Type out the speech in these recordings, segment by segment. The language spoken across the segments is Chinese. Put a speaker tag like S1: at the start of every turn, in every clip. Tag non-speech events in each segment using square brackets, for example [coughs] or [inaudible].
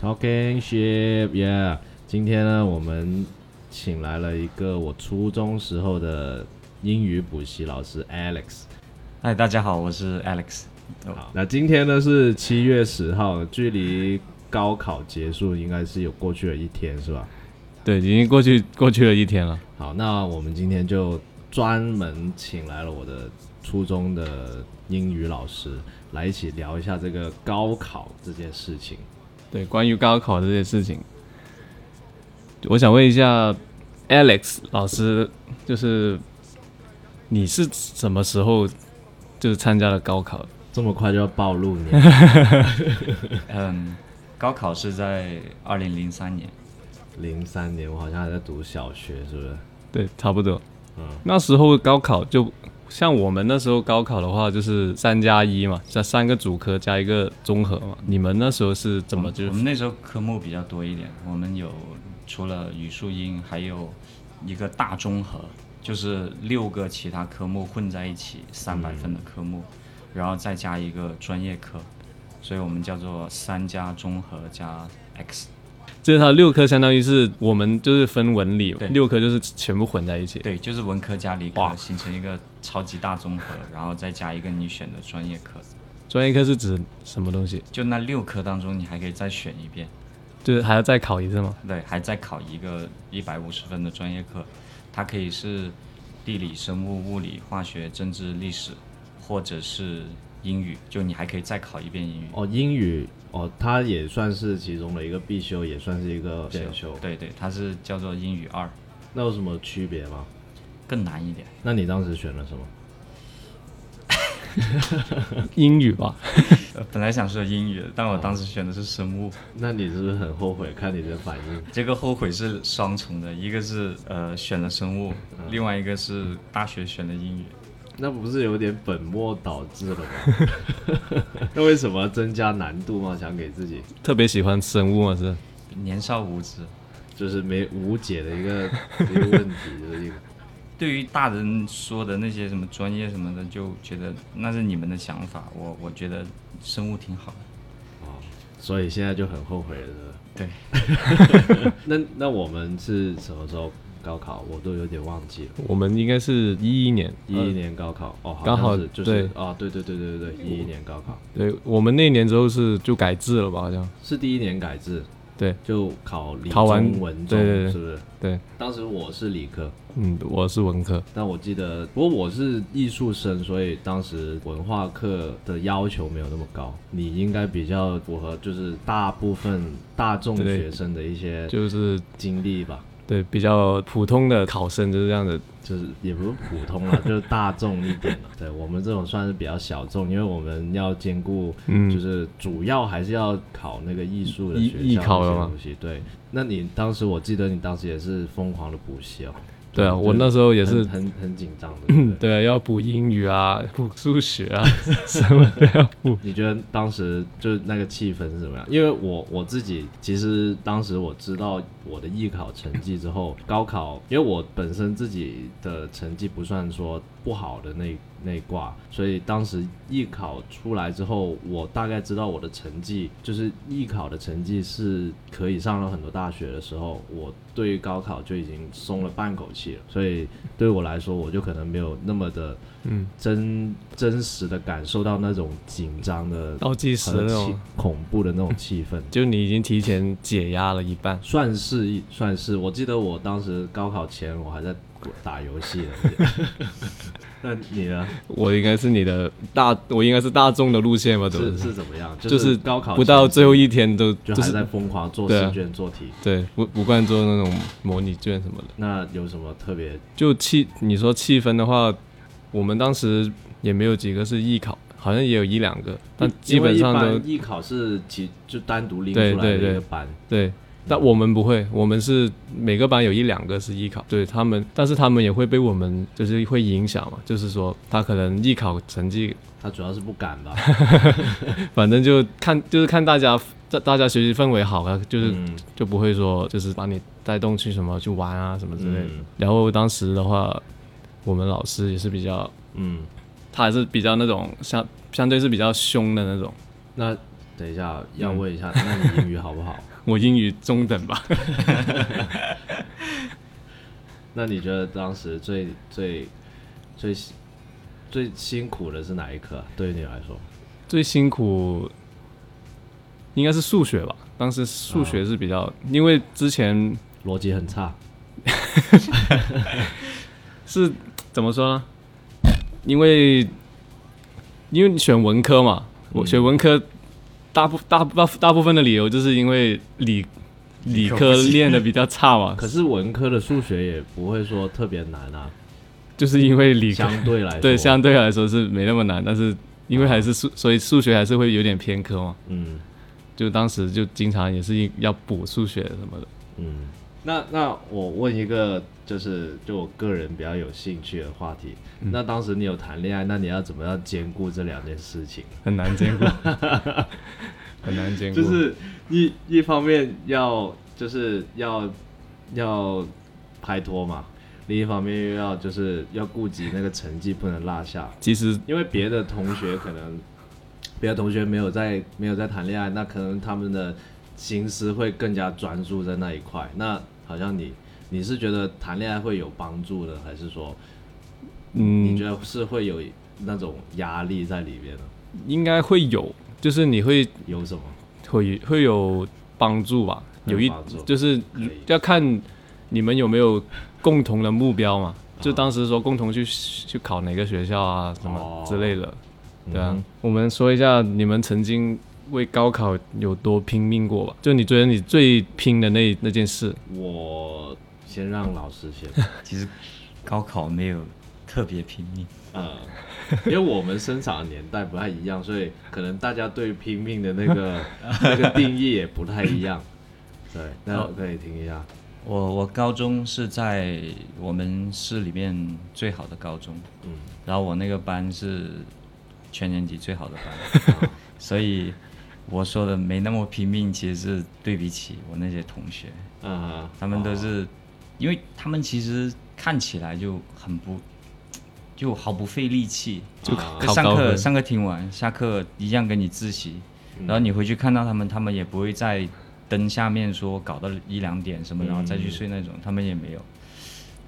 S1: Talking Ship，Yeah！今天呢，我们请来了一个我初中时候的英语补习老师 Alex。
S2: 嗨，大家好，我是 Alex。
S3: 哦
S1: 好，那今天呢是七月十号，距离高考结束应该是有过去了一天，是吧？
S3: 对，已经过去过去了一天了。
S1: 好，那我们今天就专门请来了我的初中的英语老师，来一起聊一下这个高考这件事情。
S3: 对，关于高考这些事情，我想问一下 Alex 老师，就是你是什么时候就是参加了高考？
S1: 这么快就要暴露你？
S2: 嗯，高考是在二零零三年，
S1: 零三年我好像还在读小学，是不是？
S3: 对，差不多。
S1: 嗯，
S3: 那时候高考就像我们那时候高考的话，就是三加一嘛，加三个主科加一个综合嘛。你们那时候是怎么就
S2: 嗯我们那时候科目比较多一点，我们有除了语数英，还有一个大综合，就是六个其他科目混在一起三百分的科目，然后再加一个专业课，所以我们叫做三加综合加 X。
S3: 就是它六科相当于是我们就是分文理
S2: 对，
S3: 六科就是全部混在一起。
S2: 对，就是文科加理科
S3: 哇
S2: 形成一个超级大综合，然后再加一个你选的专业课，
S3: 专业课是指什么东西？
S2: 就那六科当中你还可以再选一遍。
S3: 就是还要再考一次吗？
S2: 对，还在考一个一百五十分的专业课，它可以是地理、生物、物理、化学、政治、历史，或者是英语，就你还可以再考一遍英语。
S1: 哦，英语哦，它也算是其中的一个必修，也算是一个选修。
S2: 对对，它是叫做英语二，
S1: 那有什么区别吗？
S2: 更难一点。 [laughs]
S1: 那你当时选了什么？
S3: 英语吧，
S2: 呃本来想说英语的，但我当时选的是生物，
S1: 那你是不是很后悔？看你的反应，
S2: 这个后悔是双重的，一个是呃选了生物，另外一个是大学选了英语。
S1: [laughs] 那不是有点本末倒置了吗？ [laughs] 那为什么要增加难度吗？想给自己
S3: 特别喜欢生物嘛啊是？
S2: 年少无知，
S1: 就是没无解的一个一个问题，就是一个
S2: 对于大人说的那些什么专业什么的，就觉得那是你们的想法。我我觉得生物挺好的。
S1: 哦，所以现在就很后悔了是吧。
S2: 对，
S1: 那那我们是什么时候高考？我都有点忘记了。
S3: 我们应该是一一年，
S1: 一一年高考哦，
S3: 刚好
S1: 像是就是
S3: 对
S1: 啊，对对对对对对，一一年高考
S3: 对我们那年之后是就改制了吧？好像
S1: 是第一年改制，
S3: 对
S1: 就考理
S3: 考完
S1: 中文中
S3: 对对对
S1: 是不是？
S3: 对，
S1: 当时我是理科，
S3: 嗯，我是文科，
S1: 但我记得，不过我是艺术生，所以当时文化课的要求没有那么高。你应该比较符合，就是大部分大众
S3: 对对
S1: 学生的一些
S3: 就是
S1: 经历吧，
S3: 对比较普通的考生就是这样的。
S1: 就是也不是普通
S3: [laughs]
S1: 了，就是大众一点了。对我们这种算是比较小众，因为我们要兼顾
S3: 嗯，
S1: 就是主要还是要考那个艺术的
S3: 艺
S1: 学校
S3: 艺考
S1: 那
S3: 了
S1: 些
S3: 吗
S1: 东西。对，那你当时我记得你当时也是疯狂的补习哦。
S3: 对啊，
S1: 就是
S3: 我那时候也是
S1: 很，很很紧张的。对不对
S3: 对啊，要补英语啊， [laughs] 补数学啊，什么都要补。
S1: 你觉得当时就是那个气氛是怎么样？因为我我自己其实当时我知道我的艺考成绩之后，高考因为我本身自己的成绩不算说不好的那那一挂，所以当时艺考出来之后，我大概知道我的成绩就是艺考的成绩是可以上了很多大学的时候，我对于高考就已经松了半口气了，所以对我来说，我就可能没有那么的
S3: 嗯，
S1: 真真实的感受到那种紧张的、
S3: 倒计哦时的
S1: 和
S3: 那
S1: 气
S3: 种，
S1: 恐怖的那种气氛。 [laughs]
S3: 就你已经提前解压了一半。
S1: 算是一算是，我记得我当时高考前我还在打游戏呢。 [laughs] 那你呢？
S3: 我应该是你的大，我应该是大众的路线吧？怎么
S1: 是是怎么样？
S3: 就是
S1: 高考
S3: 不到
S1: 前
S3: 最后一天都
S1: 就
S3: 就
S1: 还
S3: 是
S1: 在疯狂做
S3: 对啊
S1: 试卷、做题。
S3: 对不不惯做那种模拟卷什么的。
S1: 那有什么特别？
S3: 就气，你说气氛的话，我们当时也没有几个是艺考，好像也有一两个，但基本上
S1: 因为一
S3: 都
S1: 般艺考是其就单独拎
S3: 对
S1: 出来的
S3: 对对
S1: 一个班，
S3: 对。但我们不会，我们是每个班有一两个是艺考，对他们，但是他们也会被我们就是会影响嘛，就是说他可能艺考成绩，
S1: 他主要是不敢吧？
S3: 反正就看 [laughs] 就是看大家大大家学习氛围好啊，就是、
S1: 嗯
S3: 就不会说就是把你带动去什么去玩啊什么之类的。
S1: 嗯
S3: 然后当时的话，我们老师也是比较
S1: 嗯，
S3: 他还是比较那种相相对是比较凶的那种，
S1: 那等一下要问一下，
S3: 嗯
S1: 那你英语好不好？ [laughs]
S3: 我英语中等吧， [laughs]
S1: 那你觉得当时最最最最辛苦的是哪一科啊、对于你来说，
S3: 最辛苦应该是数学吧。当时数学是比较，因为之前
S1: 逻辑很差，
S3: 是怎么说呢？因为因为你选文科嘛，我选文科大部大大大部分的理由就是因为理理
S2: 理科不
S3: 科
S2: 行
S3: 练的比较差嘛，
S1: 可是文科的数学也不会说特别难啊，
S3: 就是因为理科
S1: 相对来说，
S3: 对相对来说是没那么难，但是因为还是数，所以数学还是会有点偏科嘛。
S1: 嗯
S3: 就当时就经常也是要补数学什么的。
S1: 嗯。那那我问一个，就是就我个人比较有兴趣的话题，
S3: 嗯
S1: 那当时你有谈恋爱，那你要怎么样兼顾这两件事情？
S3: 很
S1: [laughs]
S3: 难兼顾，很难兼顾。
S1: 就是一一方面要就是要要拍拖嘛，另一方面又要就是要顾及那个成绩不能落下，
S3: 其实
S1: 因为别的同学可能别的同学没有在没有在谈恋爱，那可能他们的心思会更加专注在那一块。那好像你你是觉得谈恋爱会有帮助的，还是说你
S3: 嗯，
S1: 觉得是会有那种压力在里面呢？
S3: 应该会有，就是你会
S1: 有什么？
S3: 会会有帮助吧，
S1: 会有
S3: 有一
S1: 帮助
S3: 就是
S1: 可以
S3: 要看你们有没有共同的目标嘛。
S1: 啊
S3: 就当时说共同去去考哪个学校啊，什
S1: 哦
S3: 么之类的，对啊
S1: 嗯。
S3: 我们说一下你们曾经为高考有多拼命过吧？就你觉得你最拼的那那件事，
S1: 我先让老师先。
S2: 其实高考没有特别拼命，
S1: 呃，因为我们生长的年代不太一样，所以可能大家对拼命的那个那个定义也不太一样。对，那我可以听一下。
S2: 我我高中是在我们市里面最好的高中，
S1: 嗯，
S2: 然后我那个班是全年级最好的班，所以我说的没那么拼命，其实是对比起我那些同学，
S1: 啊、
S2: 他们都是，因为他们其实看起来就很不，就毫不费力气，
S3: 就
S1: 啊
S3: 考
S2: 上
S3: 高
S2: 课
S3: 分。
S2: 上课听完，下课一样跟你自习，
S1: 嗯
S2: 然后你回去看到他们，他们也不会在灯下面说搞到一两点什么，然后再去睡那种，他们也没有。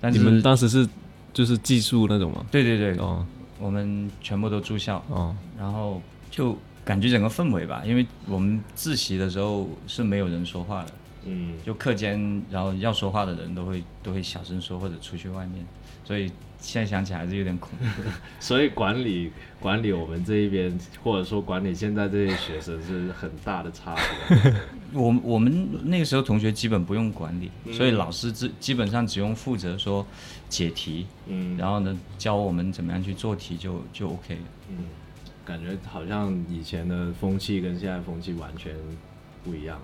S2: 但
S3: 嗯你
S2: 是
S3: 们当时是就是寄宿那种吗？
S2: 对对对，
S3: 哦
S2: 我们全部都住校，
S3: 哦，
S2: 然后就感觉整个氛围吧，因为我们自习的时候是没有人说话的，
S1: 嗯
S2: 就课间，然后要说话的人都会都会小声说或者出去外面，所以现在想起来还是有点恐怖。
S1: [laughs] 所以管理管理我们这一边，或者说管理现在这些学生是很大的差别。
S2: 我们我们那个时候同学基本不用管理，所以老师基基本上只用负责说解题，
S1: 嗯
S2: 然后呢教我们怎么样去做题就就 OK 了。
S1: 嗯，感觉好像以前的风气跟现在风气完全不一
S2: [laughs]
S1: 样。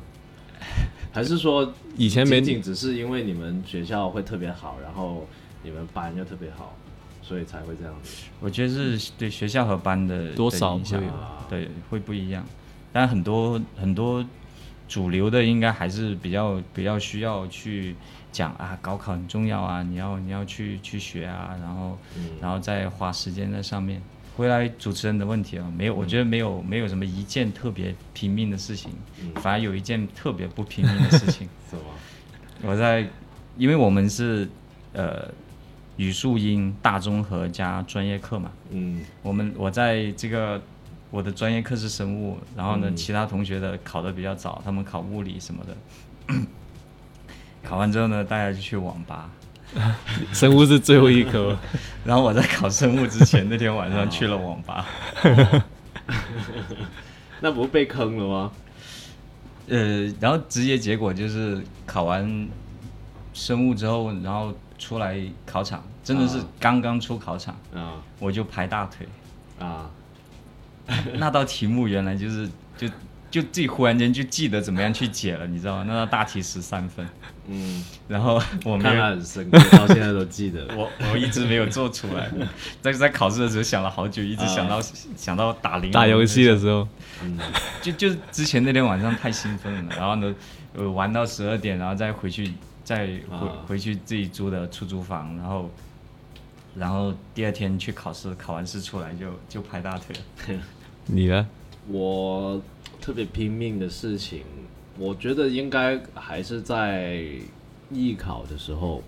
S1: 还是说
S3: 以前没
S1: 仅仅只是因为你们学校会特别好，然后你们班又特别好，所以才会这样子。
S2: 我觉得是对学校和班的
S3: 多少
S2: 的影响
S3: 会有
S2: 啊，对会不一样。但很多很多主流的应该还是比较比较需要去讲啊，高考很重要啊，你要你要去去学啊，然后、
S3: 嗯
S2: 然后再花时间在上面。回来主持人的问题啊，没有，我
S3: 嗯
S2: 觉得没有没有什么一件特别拼命的事情，
S3: 嗯
S2: 反而有一件特别不拼命的事
S3: [laughs]
S2: 情。
S1: 怎么？
S2: 我在，因为我们是呃语数英大综合加专业课嘛，
S1: 嗯
S2: 我们我在这个我的专业课是生物，然后呢，其他同学的考的比较早，他们考物理什么的。 [coughs] 考完之后呢，大家就去网吧。
S3: 生物是最后一 [laughs] 科，
S2: 然后我在考生物之前那天晚上去了网吧。
S1: 那不被坑了吗？
S2: 呃，然后直接结果就是考完生物之后，然后出来考场，真的是
S1: 啊
S2: 刚刚出考场，
S1: 啊
S2: 我就拍大腿。 [laughs]
S1: 啊，
S2: 那道题目原来就是就就自己忽然间就记得怎么样去解了，你知道吗？那道大题十三分，
S1: 嗯，
S2: 然后我没
S1: 看
S2: 有
S1: 他很深刻，到现在都记得。
S2: [laughs] 我我一直没有做出
S3: [laughs]
S2: 来，但是在考试的时候想了好久，一直想到、想到打铃
S3: 啊打游戏的时候，
S1: 嗯
S2: 就就之前那天晚上太兴奋了，然后呢，呃，玩到十二点，然后再回去，再回、
S1: 啊
S2: 回去自己租的出租房，然后，然后第二天去考试，考完试出来就就拍大腿了。
S3: 你呢？
S1: 我特别拼命的事情，我觉得应该还是在艺考的时候，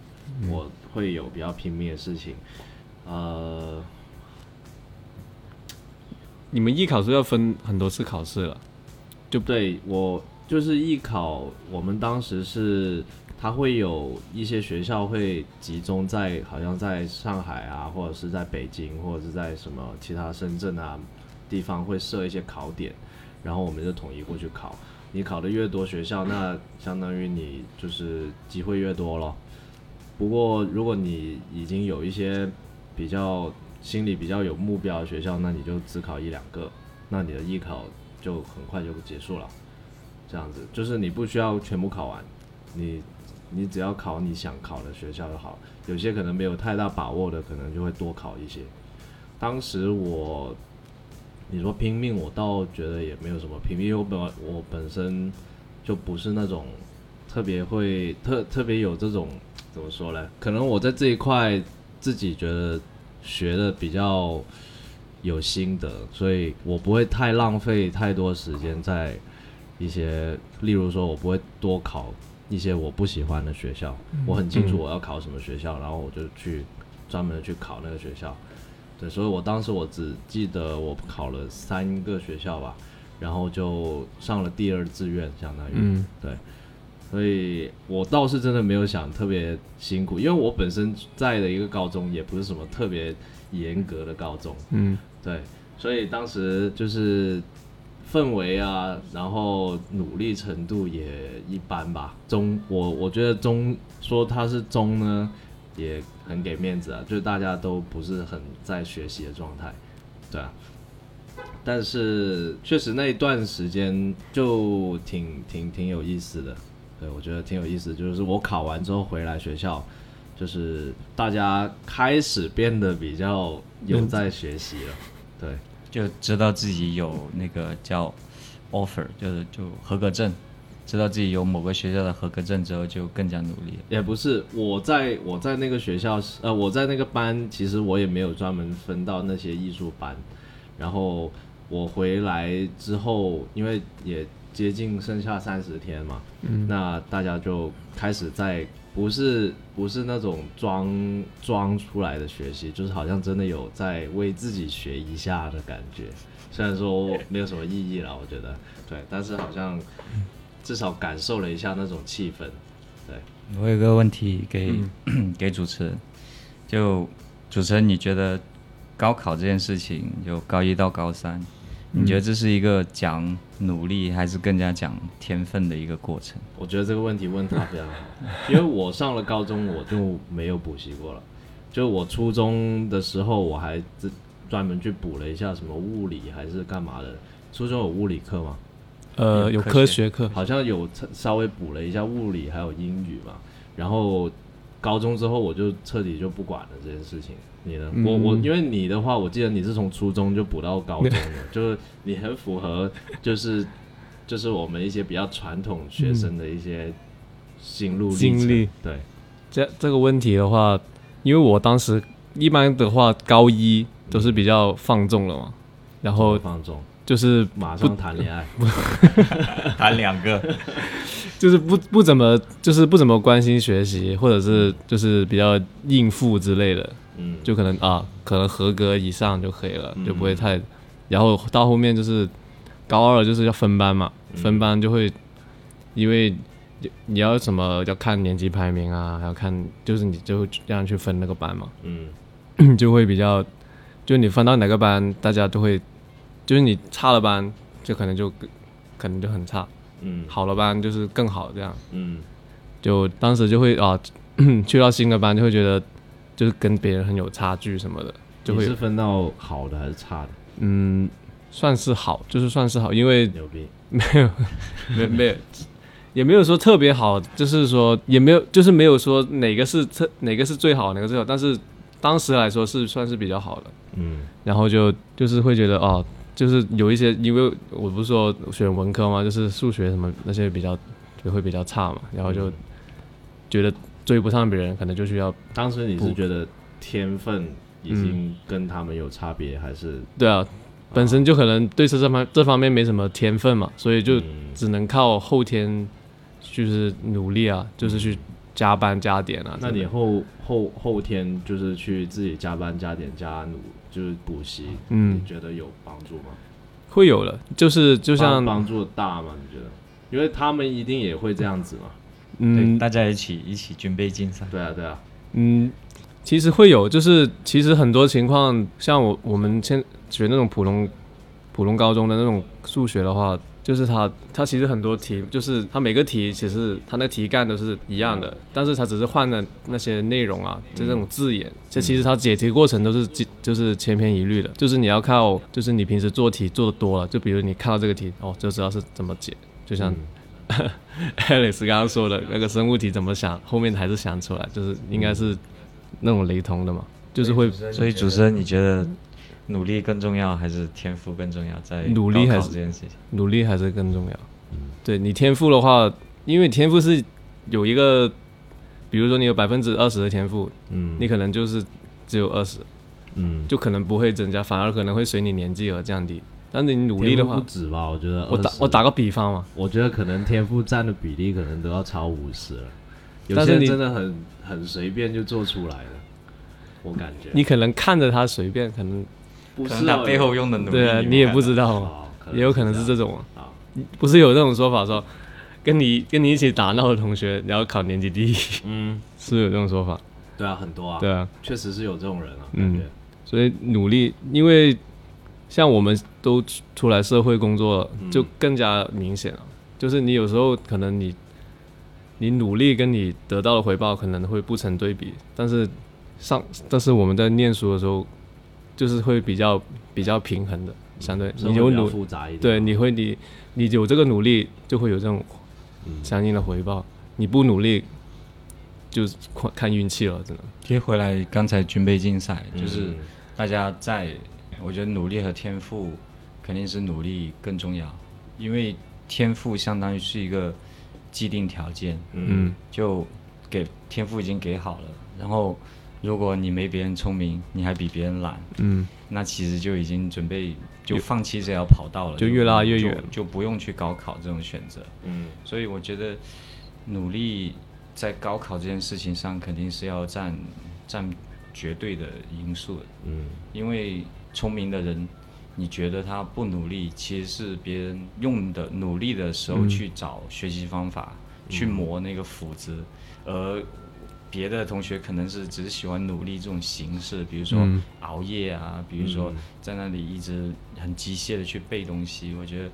S1: 我会有比较拼命的事情。呃，
S3: 你们艺考是要分很多次考试了，
S1: 就对我就是艺考，我们当时是它会有一些学校会集中在好像在上海啊，或者是在北京，或者是在什么其他深圳啊地方会设一些考点，然后我们就统一过去考。你考的越多学校，那相当于你就是机会越多咯。不过如果你已经有一些比较心里比较有目标的学校，那你就只考一两个，那你的艺考就很快就结束了。这样子就是你不需要全部考完，你你只要考你想考的学校就好。有些可能没有太大把握的，可能就会多考一些。当时我，你说拼命，我倒觉得也没有什么拼命，因为我本我本身就不是那种特别会特特别有这种怎么说呢？可能我在这一块自己觉得学的比较有心得，所以我不会太浪费太多时间在一些，例如说我不会多考一些我不喜欢的学校，我很清楚我要考什么学校，然后我就去专门的去考那个学校。对，所以我当时我只记得我考了三个学校吧，然后就上了第二志愿，相当于，
S3: 嗯，
S1: 对，所以我倒是真的没有想特别辛苦，因为我本身在的一个高中也不是什么特别严格的高中，
S3: 嗯，
S1: 对，所以当时就是氛围啊，然后努力程度也一般吧。中，我我觉得中说他是中呢，也很给面子啊，就是大家都不是很在学习的状态，对啊。但是确实那一段时间就挺挺挺有意思的，对我觉得挺有意思。就是我考完之后回来学校，就是大家开始变得比较有在学习了，对。
S2: 就知道自己有那个叫 offer，就是就合格证，知道自己有某个学校的合格证之后，就更加努力了。
S1: 也不是，我在我在那个学校是，呃，我在那个班，其实我也没有专门分到那些艺术班。然后我回来之后，因为也接近剩下三十天嘛，那大家就开始在不是不是那种装装出来的学习，就是好像真的有在为自己学一下的感觉。虽然说没有什么意义了，我觉得对，但是好像至少感受了一下那种气氛，对。
S2: 我有个问题给、 [clears throat] 给主持人，就主持人，你觉得高考这件事情，就高一到高三，你觉得这是一个讲努力，还是更加讲天分的一个过程？
S1: 我觉得这个问题问他非常好，因为我上了高中我就没有补习过了，就我初中的时候我还自专门去补了一下什么物理还是干嘛的，初中有物理课吗？
S3: 呃，有
S2: 有
S3: 科
S2: 科
S3: 学课，
S1: 好像有稍稍微补了一下物理还有英语嘛，然后高中之后我就彻底就不管了这件事情。你呢？
S3: 嗯
S1: 我我因为你的话，我记得你是从初中就补到高中的，就是你很符合，就是 [laughs] 就是我们一些比较传统学生的一些心路历程
S3: 经历。
S1: 对，
S3: 这这个问题的话，因为我当时一般的话高一都是比较放纵了嘛，然后
S1: 放纵，
S3: 就是
S1: 马上谈恋
S3: [laughs]
S1: 爱。
S2: 谈两个，
S3: 就是不不怎么就是不怎么关心学习，或者是就是比较应付之类的，
S1: 嗯，
S3: 就可能啊可能合格以上就可以了，就不会
S1: 嗯
S3: 太。然后到后面就是高二就是要分班嘛，分班就会因为你你要什么要看年级排名啊，还要看就是你就会这样去分那个班嘛。 [clears throat]
S1: 嗯
S3: 就会比较，就你分到哪个班，大家都会，就是你差了班，就可能就可能就很差，
S1: 嗯
S3: 好了班就是更好这样。
S1: 嗯
S3: 就当时就会啊， [clears throat] 去到新的班就会觉得就是跟别人很有差距什么的，就
S1: 你
S3: 会
S1: 是分到好的还是差的？
S3: 嗯算是好，就是算是好，因为
S1: 牛逼。
S3: 没没有，也没有说特别好，就是说也没有，就是没有说哪个是特哪个是最好，哪个最好，但是当时来说是算是比较好的。
S1: 嗯
S3: 然后就就是会觉得哦，就是有一些，因为我不是说选文科嘛，就是数学什么那些比较就会比较差嘛，然后就觉得追不上别人，可能就需要
S1: 当时你是觉得天分已经跟他们有差别，还是
S3: 对啊，本身就可能对这这方这方面没什么天分嘛，
S1: 呃
S3: 所以就
S1: 嗯
S3: 只能靠后天就是努力啊，就是去加班加点啊。
S1: 那你后后后天就是去自己加班加点加努，就是补习，
S3: 嗯
S1: 你觉得有帮助吗？
S3: 会有了，就是
S1: 就
S3: 就像
S1: 帮助大吗？你觉得？因为他们一定也会这样子嘛。
S2: 对，
S3: 嗯
S2: 大家一起一起军备竞赛。
S1: 对啊，对啊，
S3: 嗯，其实会有，就是其实很多情况，像我我们现学那种普通普通高中的那种数学的话，就是它它其实很多题，就是它每个题其实它那题干都是一样的，但是它只是换了那些内容啊，就这种字眼，这、其实它解题过程都是几就是千篇一律的，就是你要靠就是你平时做题做的多了，就比如你看到这个题，哦，就知道是怎么解，就像 Alex 刚刚说的那个生物体怎么想，后面还是想出来，就是应该
S1: 嗯
S3: 是那种雷同的嘛，就是会
S2: 所以主持人，你觉得努力更重要还是天赋更重要？在
S3: 努力
S2: 高
S3: 还
S2: 考
S3: 是
S2: 这件事情，
S3: 努力还是更重要。
S1: 嗯
S3: 对你天赋的话，因为天赋是有一个，比如说你有百分之二十的天赋，
S1: 嗯
S3: 你可能就是只有二十，
S1: 嗯，
S3: 就可能不会增加，反而可能会随你年纪而降低。但是你努力的
S1: 天赋
S3: 话
S1: 不，止吧？我觉得
S3: 我打
S1: 20
S3: 我打个比方嘛，
S1: 我觉得可能天赋占的比例可能都要超五十了，有
S3: 但是
S1: 些人
S3: 你
S1: 真的很很随便就做出来了，我感觉
S3: 你可能看着他随便，可能
S1: 不
S2: 可
S1: 是
S2: 能他
S1: 哦
S2: 背后用的努力，
S3: 啊对啊，你也不知道嘛，
S1: 哦
S3: 也有可能是这
S1: 样
S3: 种啊。
S1: 啊，
S3: 不是有那种说法说，跟你跟你一起打闹的同学，然后考年级第一， [laughs]
S1: 嗯，
S3: 是不是有这种说法？
S1: 对啊，很多啊，
S3: 对啊，
S1: 确实是有这种人啊，感
S3: 嗯
S1: 觉
S3: 所以努力，因为像我们都出出来社会工作了，
S1: 嗯
S3: 就更加明显了。就是你有时候可能你你努力跟你得到的回报可能会不成对比，但是上但是我们在念书的时候，就是会比较比较平衡的，相对
S1: 社会
S3: 你有
S1: 比较
S3: 努
S1: 复杂一点，嗯
S3: 对，你会你你有这个努力，就会有这种相应的回报。你不努力，就是看看运气了，真的。
S2: 贴回来刚才军备竞赛，
S1: 嗯
S2: 就是大家在，我觉得努力和天赋肯定是努力更重要，因为天赋相当于是一个既定条件，
S1: 嗯，
S2: 就给天赋已经给好了，然后如果你没别人聪明，你还比别人懒，
S3: 嗯，
S2: 那其实就已经准备就放弃这条跑道了，
S3: 就越拉越远
S2: 就，就不用去高考这种选择。
S1: 嗯
S2: 所以我觉得努力在高考这件事情上肯定是要占占绝对的因素的，
S1: 嗯
S2: 因为聪明的人，你觉得他不努力，其实是别人用的努力的时候去找学习方法，去磨那个斧子，而。别的同学可能是只喜欢努力这种形式，比如说
S3: 嗯
S2: 熬夜啊，比如说在那里一直很机械的去背东西，我觉得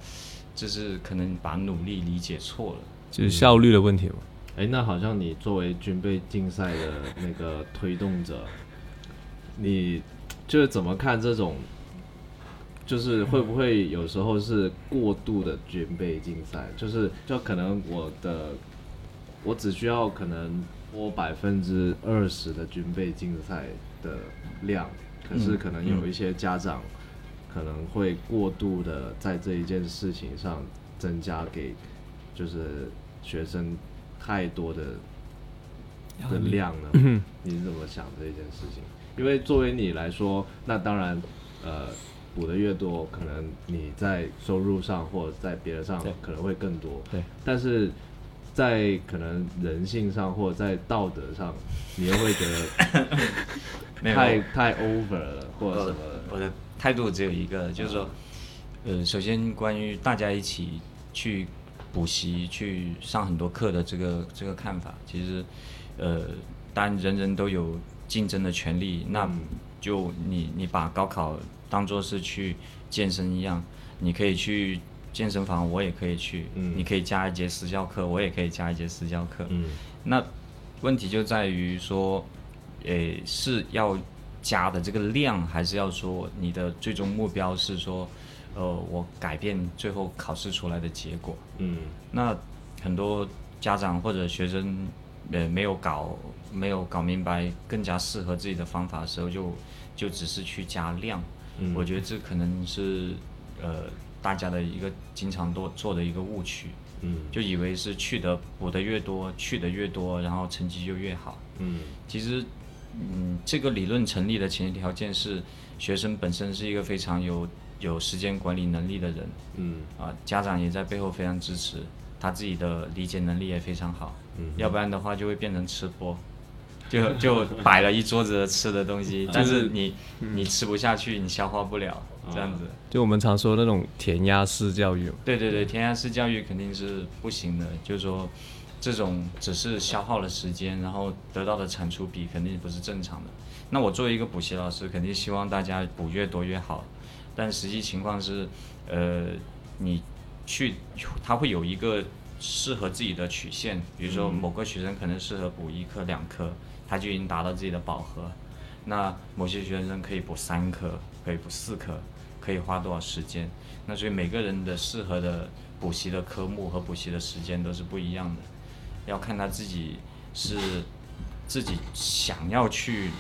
S2: 这是可能把努力理解错了。
S3: 就是效率的问题嘛。
S1: 哎，那好像你作为军备竞赛的那个推动者， [laughs] 你就是怎么看这种？就是会不会有时候是过度的军备竞赛？就是就可能我的，我只需要可能我百分之二十的军备竞赛的量，可是可能有一些家长可能会过度的在这一件事情上增加给就是学生太多的的量了。
S2: 嗯
S1: 你是怎么想这一件事情？因为作为你来说，那当然，呃，补的越多，可能你在收入上或者在别的上
S2: 对
S1: 可能会更多。
S2: 对，
S1: 但是在可能人性上或者在道德上，你又会觉得
S2: [coughs] 没有
S1: 太太 over 了，或者什么的。
S2: 我的态度只有一个，就是说，呃，首先关于大家一起去补习、去上很多课的这个这个看法，其实，呃，当然人人都有竞争的权利，那
S1: 嗯
S2: 就你你把高考当做是去健身一样，你可以去健身房，我也可以去，
S1: 嗯
S2: 你可以加一节私教课，我也可以加一节私教课，
S1: 嗯
S2: 那问题就在于说，诶，是要加的这个量，还是要说你的最终目标是说，呃，我改变最后考试出来的结果？
S1: 嗯
S2: 那很多家长或者学生，呃，没有搞没有搞明白更加适合自己的方法的时候就，就只是去加量。
S1: 嗯
S2: 我觉得这可能是呃大家的一个经常多做的一个误区。
S1: 嗯
S2: 就以为是去的补的越多，去的越多，然后成绩就越好。
S1: 嗯
S2: 其实，嗯，这个理论成立的前提条件是学生本身是一个非常有有时间管理能力的人
S1: 嗯
S2: 啊，家长也在背后非常支持，他自己的理解能力也非常好，
S1: 嗯
S2: 要不然的话就会变成吃播。就就摆了一桌子吃的东 [laughs] 西，嗯但是嗯你你吃不下去，你消化不了，这样子。
S3: 就我们常说那种填鸭式教育嘛，
S2: 对对对，填鸭式教育肯定是不行的，就是说，这种只是消耗了时间，然后得到的产出比肯定不是正常的。那我作为一个补习老师，肯定希望大家补越多越好，但实际情况是，呃，你去，他会有一个适合自己的曲线，比如说某个学生可能适合补一科两科，他就已经达到自己的饱和。那某些学生可以补三科，可以补四科，可以花多少时间？那所以每个人的适合的补习的科目和补习的时间都是不一样的，要看他自己是自己想要去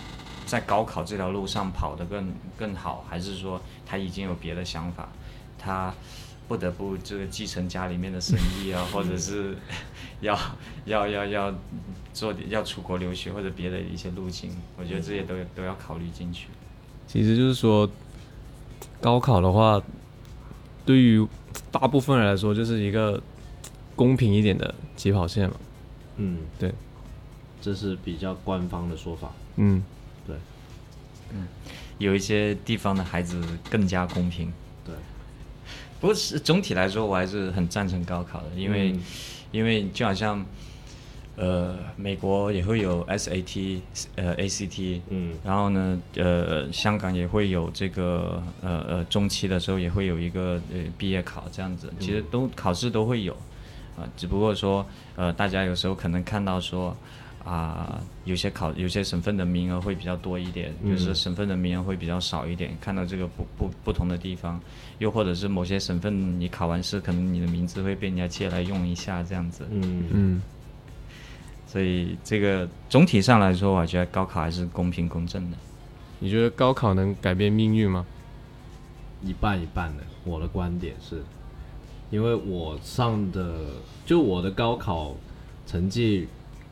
S2: 在高考这条路上跑得更更好，还是说他已经有别的想法，他不得不这个继承家里面的生意啊，或者是 [laughs] 要要要要做要出国留学或者别的一些路径，我觉得这些都都要考虑进去。
S3: 其实就是说，高考的话，对于大部分人来说就是一个公平一点的起跑线嘛。
S1: 嗯，
S3: 对，
S1: 这是比较官方的说法。
S3: 嗯，
S1: 对
S2: 有一些地方的孩子更加公平。
S1: 对，
S2: 不过是总体来说，我还是很赞成高考的，因为、因为就好像呃，美国也会有 SAT 呃 ACT，
S1: 嗯
S2: 然后呢，呃，香港也会有这个呃呃中期的时候也会有一个呃毕业考这样子，其实都考试都会有，啊、只不过说呃大家有时候可能看到说。啊，有些考有些省份的名额会比较多一点，有些省份的名额会比较少一点。看到这个不不不同的地方，又或者是某些省份你考完试，可能你的名字会被人家借来用一下这样子。
S1: 嗯
S3: 嗯，
S2: 所以这个总体上来说，我觉得高考还是公平公正的。
S3: 你觉得高考能改变命运吗？
S1: 一半一半的。我的观点是，因为我上的就我的高考成绩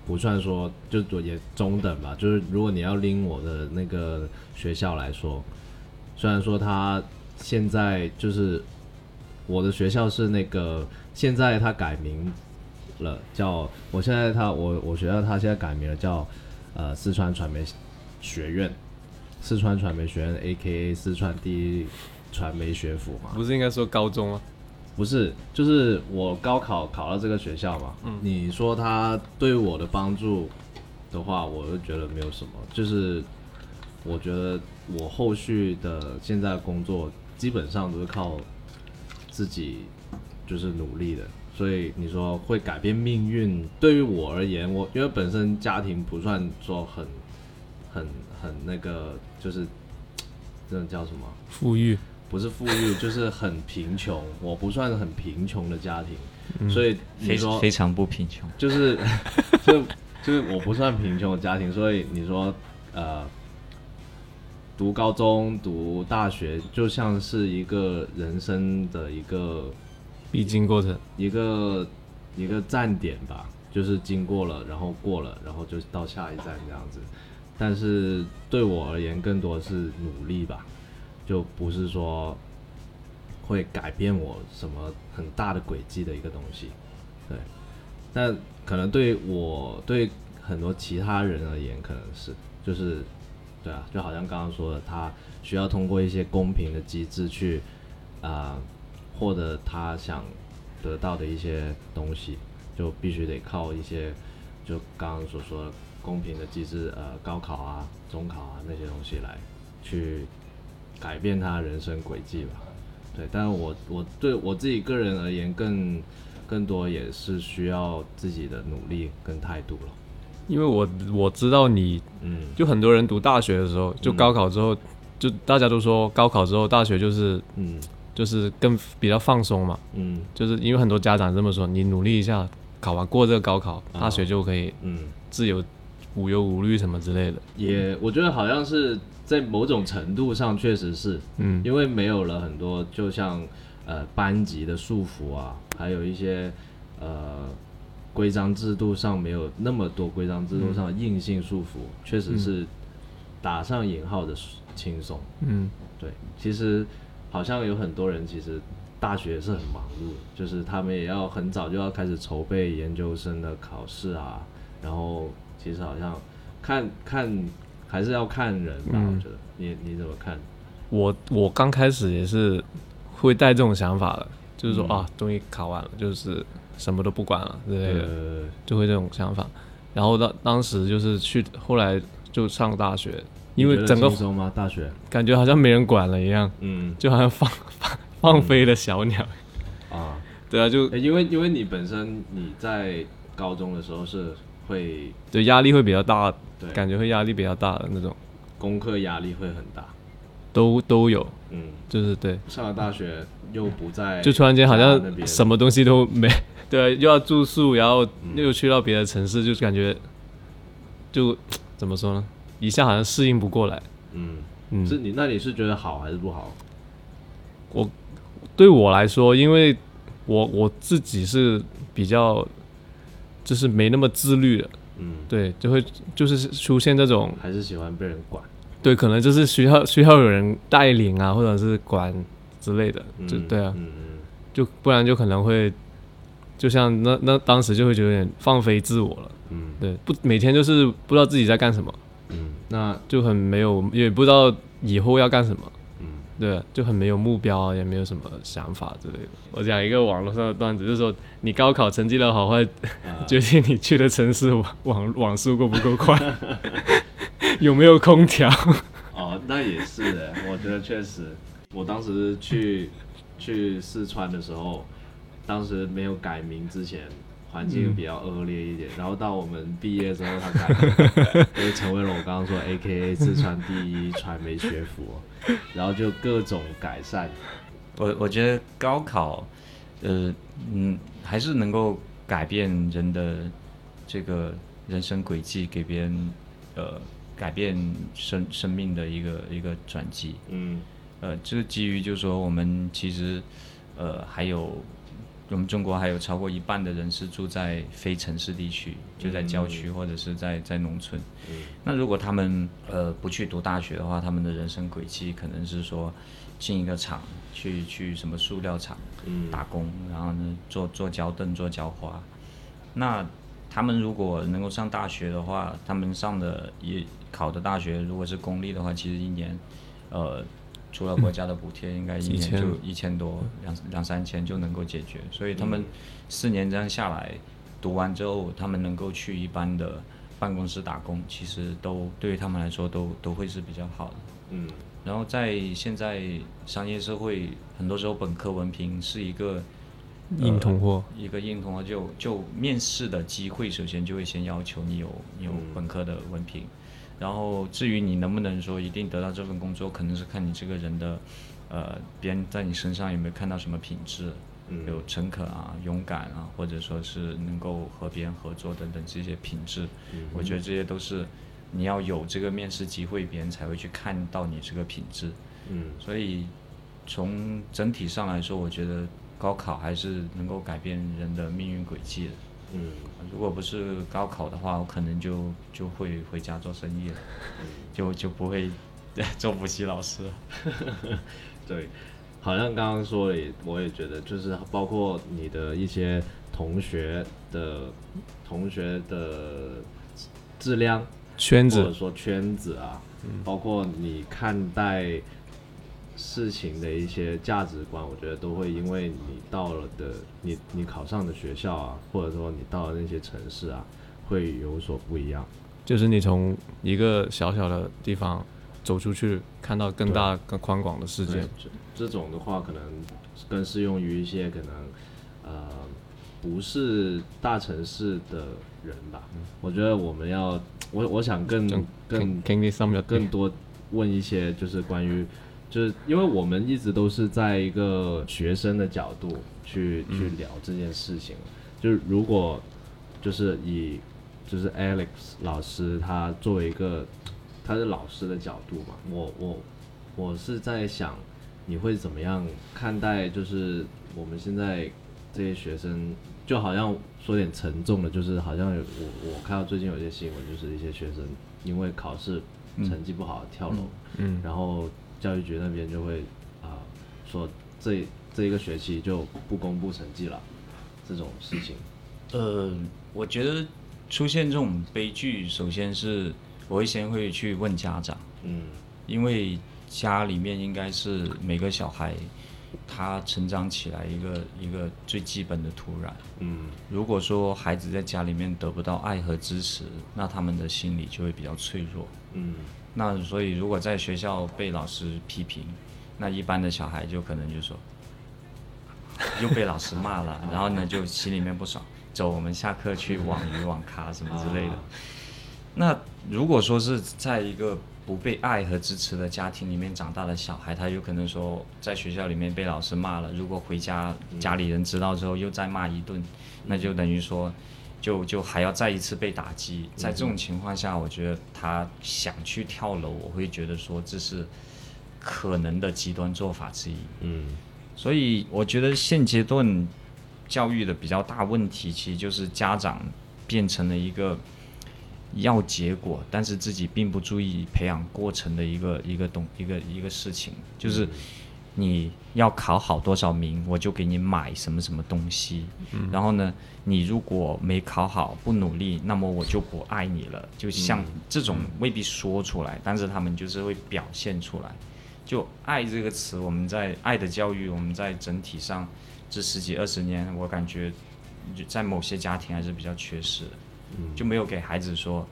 S1: 不算说就也中等吧，就是如果你要拎我的那个学校来说，虽然说它现在就是我的学校是那个现在它改名了，叫我现在它我我学校它现在改名了叫呃四川传媒学院。四川传媒学院 （A.K.A. 四川第一传媒学府）嘛，
S3: 不是应该说高中吗？
S1: 不是，就是我高考考到这个学校嘛。你说它对我的帮助的话，我就觉得没有什么。就是我觉得我后续的现在的工作基本上都是靠自己就是努力的。所以你说会改变命运，对于我而言，我因为本身家庭不算说很、很、很那个，就是这种叫什么？
S3: 富裕，
S1: 不是富裕，就是很贫穷。我不算很贫穷的家庭，所以你
S2: 嗯非
S1: 说
S2: 非常不贫穷。
S1: 就是 [laughs] 就就是我不算贫穷的家庭，所以你说呃，读高中、读大学，就像是一个人生的一个
S3: 必经过程。
S1: 一个一个站点吧，就是经过了，然后过了，然后就到下一站这样子。但是对我而言，更多是努力吧，就不是说会改变我什么很大的轨迹的一个东西。对，但可能对我对很多其他人而言，可能是就是对啊，就好像刚刚说的，他需要通过一些公平的机制去啊、获得他想得到的一些东西，就必须得靠一些，就刚刚所说的公平的机制，呃，高考啊、中考啊那些东西来去改变他人生轨迹吧。对，但是我我对我自己个人而言更，更多也是需要自己的努力跟态度了。
S3: 因为我我知道你
S1: 嗯
S3: 就很多人读大学的时候，就高考之后，就大家都说高考之后大学就是
S1: 嗯
S3: 就是更比较放松嘛，
S1: 嗯
S3: 就是因为很多家长这么说，你努力一下，考完过这个高考，
S1: 啊
S3: 大学就可以
S1: 嗯，
S3: 自由、无忧无虑什么之类的。
S1: 也我觉得好像是在某种程度上确实是，
S3: 嗯，
S1: 因为没有了很多，就像呃班级的束缚啊，还有一些呃规章制度上没有那么多规章制度上的硬性束缚，确实是打上引号的轻松。
S3: 嗯，
S1: 对，其实好像有很多人其实大学也是很忙碌，就是他们也要很早就要开始筹备研究生的考试啊，然后其实好像看看还是要看人吧，
S3: 嗯
S1: 我觉得你你怎么看？
S3: 我我刚开始也是会带这种想法的，就是说、
S1: 嗯
S3: 啊，终于考完了，就是什么都不管了之类的，
S1: 呃，
S3: 就会这种想法。然后当当时就是去，后来就上大学，
S1: 你
S3: 因
S1: 觉
S3: 为
S1: 得
S3: 整个
S1: 轻松吗？大学，
S3: 感觉好像没人管了一样，
S1: 嗯
S3: 就好像放放放飞了小鸟。
S1: 啊。
S3: 对啊，就
S1: 诶因为因为你本身你在高中的时候是会
S3: 对压力会比较大，
S1: 对
S3: 感觉会压力比较大的那种，
S1: 功课压力会很大，
S3: 都都有，
S1: 嗯，
S3: 就是对。
S1: 上了大学又不在，
S3: 就突然间好像
S1: 那边
S3: 什么东西都没，对，又要住宿，然后又去到别的城市，就感觉就怎么说呢，一下好像适应不过来。
S1: 嗯，
S3: 嗯，
S1: 是你那你是觉得好还是不好？
S3: 对我来说，因为我我自己是比较就是没那么自律的，
S1: 嗯，
S3: 对，就会就是出现这种
S1: 还是喜欢被人管，
S3: 对，可能就是需要需要有人带领啊，或者是管之类的，
S1: 嗯、
S3: 就对啊，
S1: 嗯嗯
S3: 就不然就可能会。就像那那当时就会觉得有点放飞自我了，
S1: 嗯
S3: 对，不每天就是不知道自己在干什么，
S1: 嗯，那
S3: 就很没有，也不知道以后要干什么，
S1: 嗯
S3: 对，就很没有目标啊，也没有什么想法之类的。我讲一个网络上的段子，就是说你高考成绩的好坏，
S1: 啊
S3: 决定你去的城市网网网速够不够快，有没有空调。
S1: 哦，那也是的，我觉得确实，我当时去去四川的时候，当时没有改名之前，环
S2: 嗯
S1: 境比较恶劣一点，然后到我们毕业之后，他改
S2: [laughs]
S1: 名，就成为了我刚刚说 A K A 四川第一传媒学府，然后就各种改善，
S2: 我我觉得高考，呃，嗯，还是能够改变人的这个人生轨迹，给别人呃改变生生命的一个一个转机。
S1: 嗯
S2: 呃，这个基于就是说，我们其实呃还有我们中国还有超过一半的人是住在非城市地区，就在郊区或者是在在农村。
S1: 嗯
S2: 那如果他们呃不去读大学的话，他们的人生轨迹可能是说进一个厂，去去什么塑料厂
S1: 嗯
S2: 打工，然后呢做做胶凳、做胶花。那他们如果能够上大学的话，他们上的也考的大学，如果是公立的话，其实一年，呃，除了国家的补贴，应该一
S3: 一
S2: 年
S3: 千
S2: 就一千多、两两三千就能够解决。所以他们四年这样下来，读完之后，他们能够去一般的办公室打工，其实都对于他们来说都都会是比较好的。
S1: 嗯
S2: 然后在现在商业社会，很多时候本科文凭是一个
S3: 硬通货，
S2: 一个硬通话啊就就面试的机会，首先就会先要求你有你有本科的文凭，然后至于你能不能说一定得到这份工作，可能是看你这个人的，呃，别人在你身上有没有看到什么品质，
S1: 嗯
S2: 有诚恳啊、勇敢啊，或者说是能够和别人合作等等这些品质，我觉得这些都是你要有这个面试机会，别人才会去看到你这个品质。
S1: 嗯
S2: 所以从整体上来说，我觉得高考还是能够改变人的命运轨迹的。
S1: 嗯，
S2: 如果不是高考的话，我可能就就会回家做生意了，就就不会 [laughs] 做补习老师了。
S1: 对，好像刚刚说的也，我也觉得，就是包括你的一些同学的同学的质量，
S3: 圈
S1: 或者
S3: 子，嗯
S1: 说圈子啊，包括你看待事情的一些价值观，我觉得都会因为你到了的你你考上的学校啊，或者说你到了那些城市啊，会有所不一样。
S3: 就是你从一个小小的地方走出去，看到更大、更宽广的世界
S1: 对。这这种的话，可能更适用于一些可能呃不是大城市的人吧。我觉得我们要，我我想更
S3: 更
S1: 更
S3: 肯肯定上不了
S1: 更多问一些，就是关于，就是因为我们一直都是在一个学生的角度去去聊这件事情，就是如果就是以就是 Alex 老师他作为一个他是老师的角度嘛，我我我是在想你会怎么样看待就是我们现在这些学生。就好像说点沉重的，就是好像有我我看到最近有一些新闻，就是一些学生因为考
S2: 嗯
S1: 试成绩不好跳楼，
S3: 嗯
S1: 然后教育局那边就会啊、说这这一个学期就不公布成绩了这种事情？
S2: 呃，我觉得出现这种悲剧，首先是我会先会去问家长，
S1: 嗯
S2: 因为家里面应该是每个小孩他成长起来一个一个最基本的土壤。
S1: 嗯
S2: 如果说孩子在家里面得不到爱和支持，那他们的心理就会比较脆弱。
S1: 嗯
S2: 那所以如果在学校被老师批评，那一般的小孩就可能就说，又被老师骂了，然后呢就心里面不爽，走，我们下课去网鱼网咖什么之类的。
S1: 啊
S2: 那如果说是在一个不被爱和支持的家庭里面长大的小孩，他有可能说在学校里面被老师骂了，如果回家家里人知道之后又再骂一顿，那就等于说。就就还要再一次被打击，在这种情况下，我觉得他想去跳楼，我会觉得说这是可能的极端做法之一。
S1: 嗯
S2: 所以我觉得现阶段教育的比较大问题，其实就是家长变成了一个要结果，但是自己并不注意培养过程的一个一个东一个一个事情，就是你要考好多少名，我就给你买什么什么东西。然后呢，你如果没考好，不努力，那么我就不爱你了。就像这种未必说出来，但是他们就是会表现出来。就“爱”这个词，我们在爱的教育，我们在整体上这十几二十年，我感觉就在某些家庭还是比较缺失的，
S1: 嗯
S2: 就没有给孩子说，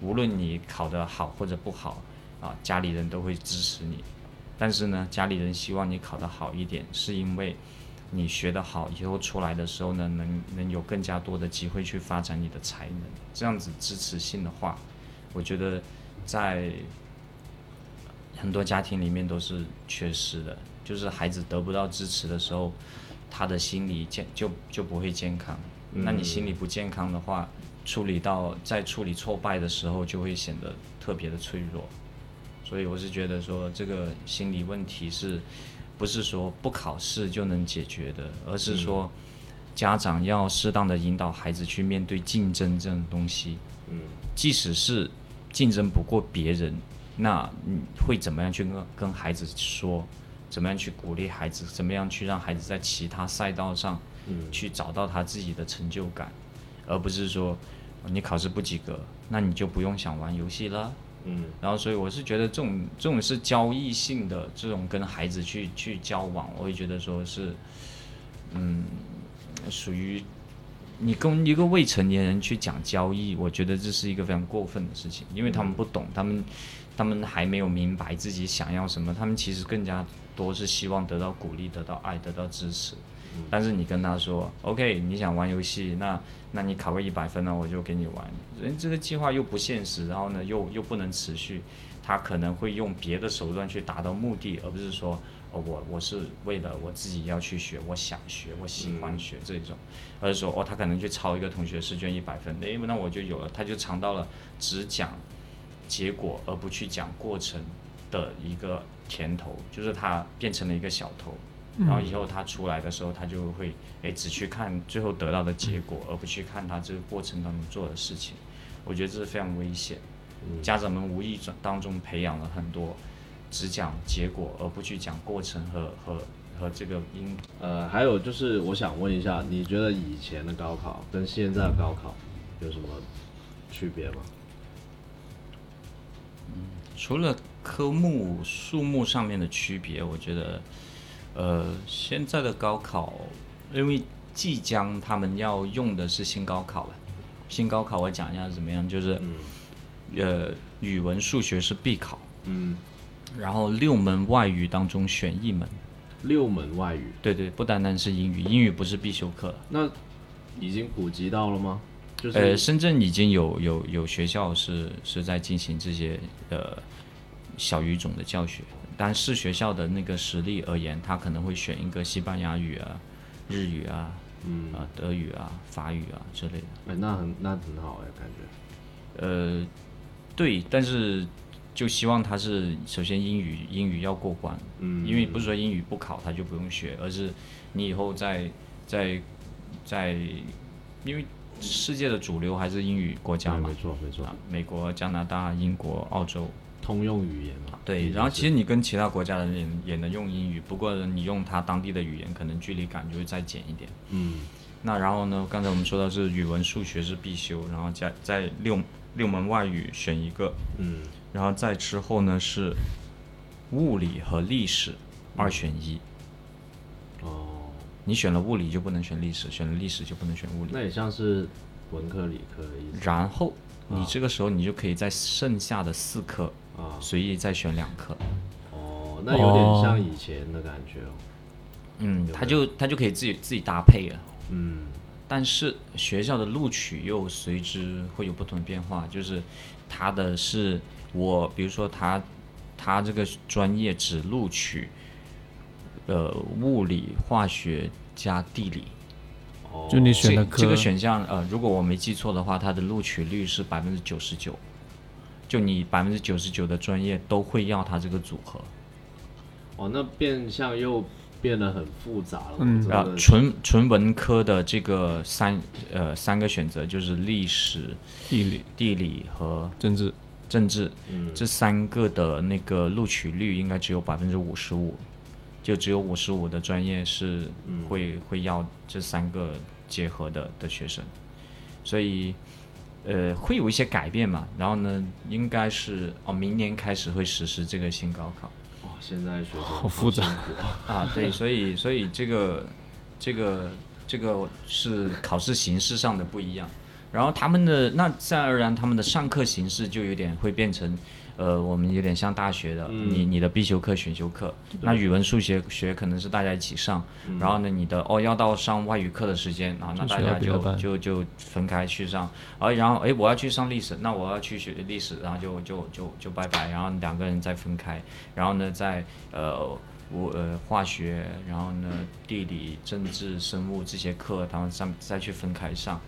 S2: 无论你考得好或者不好啊，家里人都会支持你。但是呢，家里人希望你考得好一点，是因为你学得好以后出来的时候呢，能能有更加多的机会去发展你的才能。这样子支持性的话，我觉得在很多家庭里面都是缺失的，就是孩子得不到支持的时候，他的心理健就就不会健康。那你心理不健康的话，处理到在处理挫败的时候，就会显得特别的脆弱。所以我是觉得说，这个心理问题是不是说不考试就能解决的，而是说家长要适当的引导孩子去面对竞争这种东西。
S1: 嗯
S2: 即使是竞争不过别人，那你会怎么样去跟跟孩子说？怎么样去鼓励孩子？怎么样去让孩子在其他赛道上
S1: 嗯
S2: 去找到他自己的成就感，而不是说呃你考试不及格，那你就不用想玩游戏了。
S1: 嗯
S2: 然后，所以我是觉得这种这种是交易性的这种跟孩子去去交往，我会觉得说是，嗯，属于你跟一个未成年人去讲交易，我觉得这是一个非常过分的事情，因为他们不懂，他们他们还没有明白自己想要什么，他们其实更加多是希望得到鼓励、得到爱、得到支持。
S1: 嗯
S2: 但是你跟他说，OK，你想玩游戏，那那你考个一百分呢，我就给你玩。人这个计划又不现实，然后呢又又不能持续，他可能会用别的手段去达到目的，而不是说，哦，我我是为了我自己要去学，我想学，我喜欢学这种，而是说，哦，他可能去抄一个同学试卷一百分，诶，那我就有了，他就尝到了只讲结果而不去讲过程的一个甜头，就是他变成了一个小偷。然后以后他出来的时候，他就会诶只去看最后得到的结果，而不去看他这个过程当中做的事情。嗯嗯我觉得这是非常危险。家长们无意中当中培养了很多只讲结果而不去讲过程和和和这个因
S1: 呃，还有就是我想问一下，你觉得以前的高考跟现在的高考有什么区别吗？
S2: 除了科目数目上面的区别，我觉得，呃，现在的高考，因为即将他们要用的是新高考了，新高考我讲一下是怎么样，就是，呃，语文、数学是必考，
S1: 嗯，
S2: 然后六门外语当中选一门，
S1: 六门外语
S2: 对对，不单单是英语，英语不是必修课了。
S1: 那已经普及到了吗？就是、
S2: 呃，深圳已经有有有学校是是在进行这些呃小语种的教学，但是学校的那个实力而言，他可能会选一个西班牙语啊、日语啊、
S1: 嗯，
S2: 啊德语啊、法语啊之类的。
S1: 哎，那很那很好哎，感觉
S2: 呃，对，但是就希望他是首先英语英语要过关，
S1: 嗯
S2: 因为不是说英语不考他就不用学，而是你以后在在在，因为世界的主流还是英语国家
S1: 对
S2: 嘛
S1: 哎没，错没错
S2: 啊，，美国、加拿大、英国、澳洲
S1: 通用语言嘛。
S2: 对，然后其实你跟其他国家的人也也能用英语，不过你用他当地的语言，可能距离感就会再减一点。
S1: 嗯
S2: 那然后呢？刚才我们说到是语文、数学是必修，然后加在六六门外语选一个，
S1: 嗯
S2: 然后再之后呢是物理和历史
S1: 嗯
S2: 二选一。
S1: 哦，
S2: 你选了物理就不能选历史，选了历史就不能选物理。
S1: 那也像是文科理科的意思
S2: 然后你
S1: 啊
S2: 这个时候你就可以在剩下的四科
S1: 啊。
S2: 随意再选两科。
S1: 哦，那有点像以前的感觉哦。
S2: 嗯，
S1: 有
S2: 他
S1: 的
S2: 就他就可以自己自己搭配了。
S1: 嗯
S2: 但是学校的录取又随之会有不同的变化，就是他的是我，比如说他他这个专业只录取呃物理、化学加地理，
S1: 哦，
S3: 就你选的
S2: 这
S3: 科
S2: 这个选项呃，如果我没记错的话，它的录取率是百分之九十九，就你百分之九十九的专业都会要它这个组合。
S1: 哦，那变相又变得很复杂了。
S3: 嗯
S1: 我
S2: 啊
S1: 真，的
S2: 纯纯文科的这个三呃三个选择就是历史、
S3: 地理、
S2: 地理和
S3: 政治，
S2: 政治，
S1: 嗯
S2: 这三个的那个录取率应该只有百分之五十五，就只有五十五的专业是会、会要这三个结合的的学生，所以呃会有一些改变嘛。然后呢，应该是哦，明年开始会实施这个新高考。
S1: 哇、现在学生
S3: 好复杂
S1: 辛苦啊。
S2: [laughs] 啊，对，所以所以这个这个这个是考试形式上的不一样，然后他们的那自然而然他们的上课形式就有点会变成，呃，我们有点像大学的，你你的必修课、选修课，那语文、数学学可能是大家一起上，然后呢，你的哦要到上外语课的时间啊，那
S3: 就
S2: 大
S3: 学校
S2: 家
S3: 别的班
S2: 就就就分开去上，而然后哎我要去上历史，那我要去学历史，然后就就就就拜拜，然后两个人再分开，然后呢再呃。我呃化学，然后呢地理、政治、生物这些课，然后上再去分开上，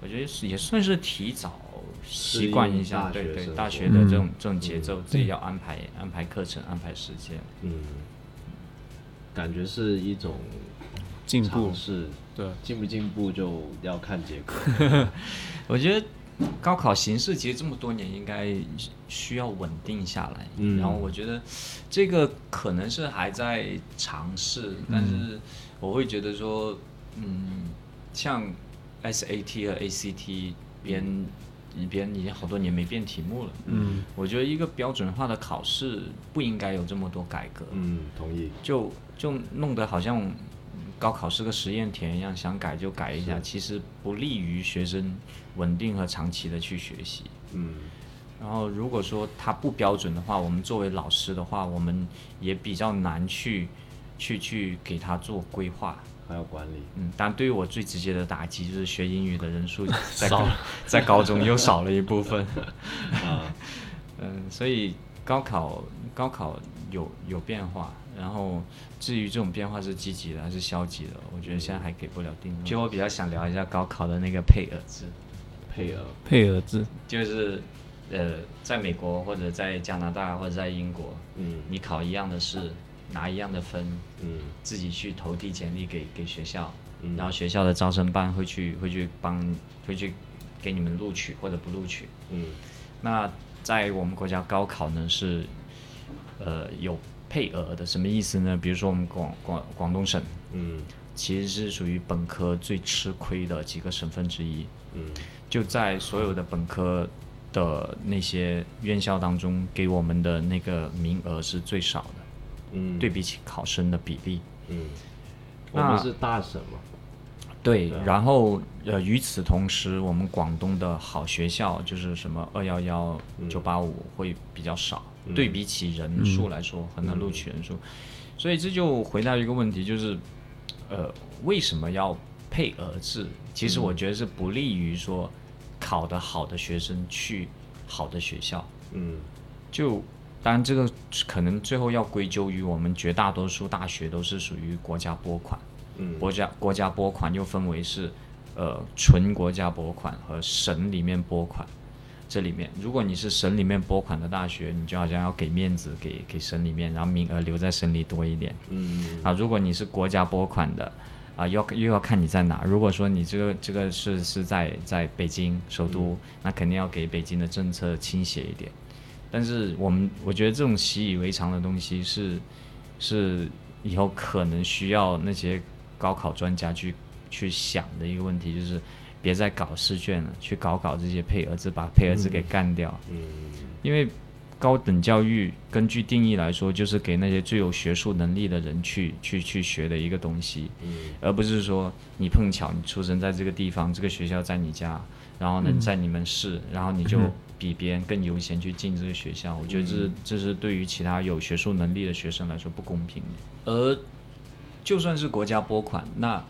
S2: 我觉得是也算是提早习惯一下，
S1: 适
S2: 对
S1: 应大学
S2: 对，
S1: 生
S2: 大
S1: 活
S2: 学的这
S3: 嗯
S2: 种这种节奏，自己要安排安排课程、安排时间。
S1: 嗯，感觉是一种
S3: 进步
S1: 尝，试，
S3: 对，
S1: 进不进步就要看结果。
S2: [laughs] 我觉得高考形式其实这么多年应该需要稳定下来，
S1: 嗯
S2: 然后我觉得这个可能是还在尝试，但是我会觉得说，嗯，像 SAT 和 ACT 编编已经好多年没变题目了，
S3: 嗯，
S2: 我觉得一个标准化的考试不应该有这么多改革，
S1: 嗯，同意。
S2: 就就弄得好像高考是个实验田一样，想改就改一下，其实不利于学生稳定和长期的去学习。
S1: 嗯
S2: 然后如果说它不标准的话，我们作为老师的话，我们也比较难去去去给他做规划。
S1: 还有管理。
S2: 嗯，但对于我最直接的打击就是学英语的人 [laughs] 数在
S3: 少
S2: 高
S3: 了
S2: 在高中又少了一部 [laughs] 分。啊嗯，所以高考高考有有变化，然后至于这种变化是积极的还是消极的，我觉得现在还给不了定论。就我比较想聊一下高考的那个配额制，
S1: 配额，
S3: 配额制，
S2: 就是呃，在美国或者在加拿大或者在英国，
S1: 嗯
S2: 你考一样的试，拿一样的分，
S1: 嗯
S2: 自己去投递简历给给学校，
S1: 嗯
S2: 然后学校的招生办会去会去帮会去给你们录取或者不录取。
S1: 嗯
S2: 那在我们国家高考呢是，呃，有配额的，什么意思呢？比如说我们广广广东省
S1: 嗯
S2: 其实是属于本科最吃亏的几个省份之一，
S1: 嗯
S2: 就在所有的本科的那些院校当中，给我们的那个名额是最少的，
S1: 嗯，
S2: 对比起考生的比例。
S1: 嗯，我
S2: 那
S1: 们是大省嘛，
S2: 对
S1: 对啊，
S2: 然后呃，与此同时，我们广东的好学校就是什么二幺幺、九八五会比较少，对比起人数来说，很难录取人数，所以这就回到一个问题，就是呃，为什么要配额制？其实我觉得是不利于说考得好的学生去好的学校，
S1: 嗯
S2: 就当然这个可能最后要归咎于我们绝大多数大学都是属于国家拨款。
S1: 嗯
S2: 国家国家拨款又分为是，呃，纯国家拨款和省里面拨款。这里面，如果你是省里面拨款的大学，你就好像要给面子给给省里面，然后名额留在省里多一点
S1: 嗯
S2: 啊。如果你是国家拨款的，啊，要又要看你在哪。如果说你这个这个是是在在北京首都，那肯定要给北京的政策倾斜一点。但是我们我觉得这种习以为常的东西是是以后可能需要那些高考专家去去想的一个问题，就是别再搞试卷了，去搞搞这些配额制，把配额制给干掉。
S1: 嗯
S2: 因为高等教育根据定义来说，就是给那些最有学术能力的人去去去学的一个东西，
S1: 嗯
S2: 而不是说你碰巧你出生在这个地方，这个学校在你家，然后呢、在你们市，然后你就比别人更优先去进这个学校。我觉得这是这是对于其他有学术能力的学生来说不公平的。而就算是国家拨款，那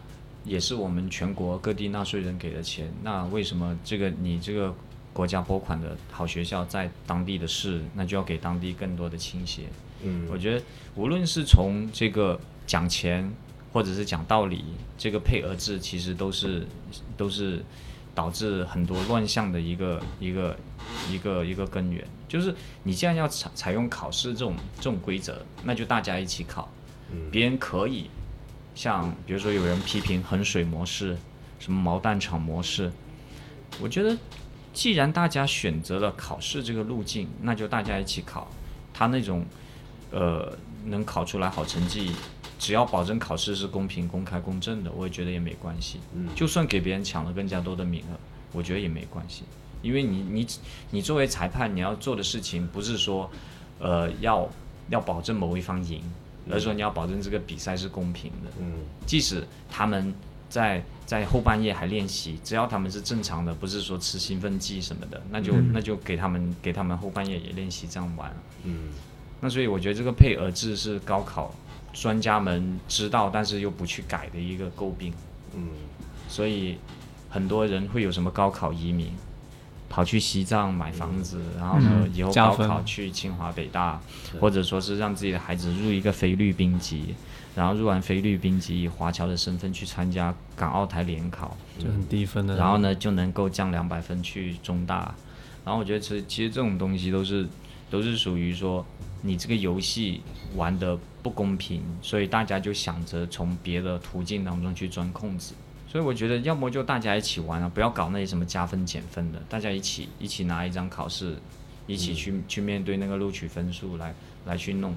S2: 也是我们全国各地纳税人给的钱。那为什么这个你这个国家拨款的好学校在当地的市，那就要给当地更多的倾斜？
S1: 嗯
S2: 我觉得无论是从这个讲钱，或者是讲道理，这个配额制其实都是都是导致很多乱象的一个一个一个一个根源。就是你既然要采采用考试这种这种规则，那就大家一起考，
S1: 嗯
S2: 别人可以像比如说有人批评衡水模式，什么毛蛋厂模式，我觉得既然大家选择了考试这个路径，那就大家一起考。他那种呃能考出来好成绩，只要保证考试是公平、公开、公正的，我也觉得也没关系。
S1: 嗯
S2: 就算给别人抢了更加多的名额，我觉得也没关系，因为你你你作为裁判，你要做的事情不是说呃要要保证某一方赢，而是说你要保证这个比赛是公平的。
S1: 嗯
S2: 即使他们在在后半夜还练习，只要他们是正常的，不是说吃兴奋剂什么的，那就、那就给他们给他们后半夜也练习这样玩。
S1: 嗯
S2: 那所以我觉得这个配额制是高考专家们知道，但是又不去改的一个诟病。
S1: 嗯
S2: 所以很多人会有什么高考移民，跑去西藏买房子，然后呢以后
S3: 嗯加
S2: 高
S3: 分
S2: 考去清华北大，
S1: 对
S2: 或者说是让自己的孩子入一个菲律宾籍，然后入完菲律宾籍以华侨的身份去参加港澳台联考，
S3: 就很低分的。
S2: 嗯然后呢就能够降两百分去中大，然后我觉得其实其实这种东西都是都是属于说你这个游戏玩的不公平，所以大家就想着从别的途径当中去钻空子。所以我觉得，要么就大家一起玩啊，不要搞那些什么加分减分的，大家一起一起拿一张考试，一起去、去面对那个录取分数来来去弄。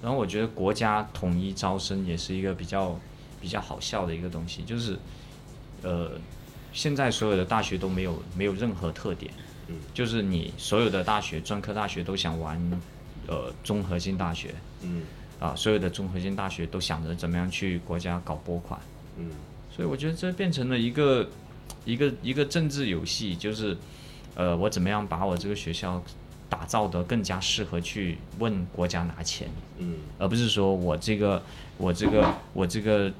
S2: 然后我觉得国家统一招生也是一个比较比较好笑的一个东西，就是呃，现在所有的大学都没有没有任何特点，
S1: 嗯
S2: 就是你所有的大学专科大学都想玩呃综合性大学
S1: 嗯
S2: 啊，所有的综合性大学都想着怎么样去国家搞拨款。
S1: 嗯
S2: 所以我觉得这变成了一个一个一个政治游戏，就是呃，我怎么样把我这个学校打造得更加适合去问国家拿钱，
S1: 嗯
S2: 而不是说我这个我这个我这个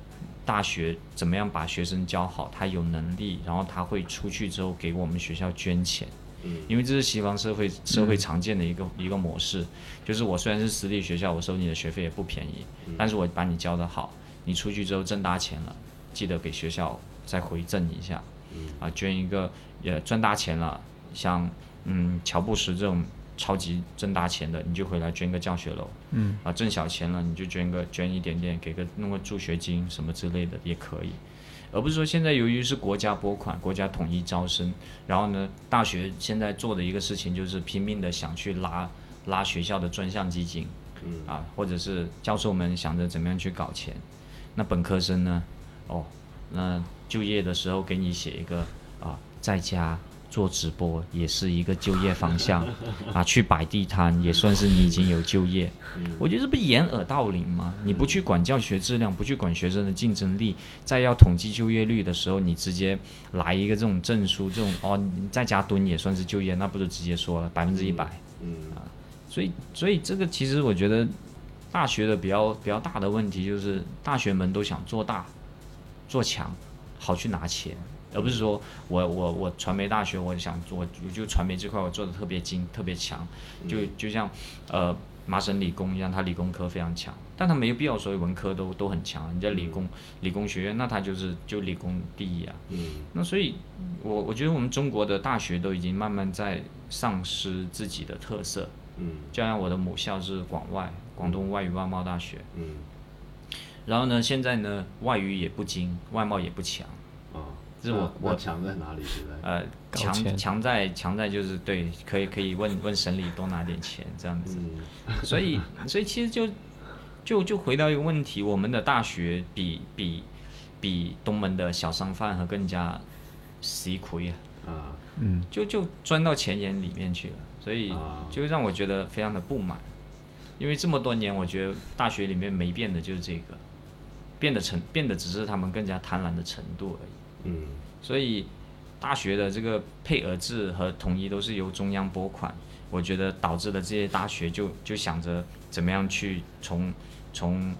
S2: 大学怎么样把学生教好，他有能力，然后他会出去之后给我们学校捐钱。
S1: 嗯
S2: 因为这是西方社会社会常见的一个、一个模式，就是我虽然是私立学校，我收你的学费也不便宜，
S1: 嗯
S2: 但是我把你教得好，你出去之后挣大钱了，记得给学校再回赠一下，
S1: 嗯
S2: 啊，捐一个也赚大钱了，像嗯乔布斯这种超级挣大钱的，你就回来捐个教学楼，
S3: 嗯，
S2: 啊，挣小钱了你就捐个捐一点点，给个弄个助学金什么之类的也可以，而不是说现在由于是国家拨款，国家统一招生，然后呢，大学现在做的一个事情就是拼命的想去拉拉学校的专项基金，
S1: 嗯
S2: 啊，或者是教授们想着怎么样去搞钱，那本科生呢，哦，那就业的时候给你写一个啊，在家。做直播也是一个就业方向啊，去摆地摊也算是你已经有就业，我觉得这不掩耳盗铃吗？你不去管教学质量，不去管学生的竞争力，在要统计就业率的时候，你直接来一个这种证书，这种哦，你在家蹲也算是就业，那不就直接说了百分之一百？啊
S1: 嗯
S2: 所以，所以这个其实我觉得，大学的比较比较大的问题就是，大学们都想做大、做强，好去拿钱，而不是说我我我传媒大学我想做，我就传媒这块我做的特别精、特别强，就就像呃麻省理工一样，它理工科非常强，但它没有必要所有文科都都很强，人家理工理工学院那它就是就理工第一啊，
S1: 嗯
S2: 那所以，我我觉得我们中国的大学都已经慢慢在丧失自己的特色，
S1: 嗯
S2: 就像我的母校是广外，广东外语外贸大学。
S1: 嗯
S2: 然后呢，现在呢，外语也不精，外贸也不强，
S1: 啊
S2: 就是我、
S1: 啊那
S2: 我
S1: 强在哪里？现在
S2: 呃
S3: 搞
S2: 强
S3: 钱
S2: 强在强在就是对，可以可以问问省里多拿点钱这样
S3: [laughs]
S2: 子，
S1: 嗯
S2: 所以所以其实就就就回到一个问题，我们的大学比比比东门的小商贩和更加吃亏啊，
S1: 啊
S3: 嗯，
S2: 就就钻到钱眼里面去了，所以
S1: 啊
S2: 就让我觉得非常的不满，因为这么多年，我觉得大学里面没变的就是这个，变得成变得只是他们更加贪婪的程度而已。
S1: 嗯
S2: 所以大学的这个配额制和统一都是由中央拨款，我觉得导致了这些大学就就想着怎么样去从从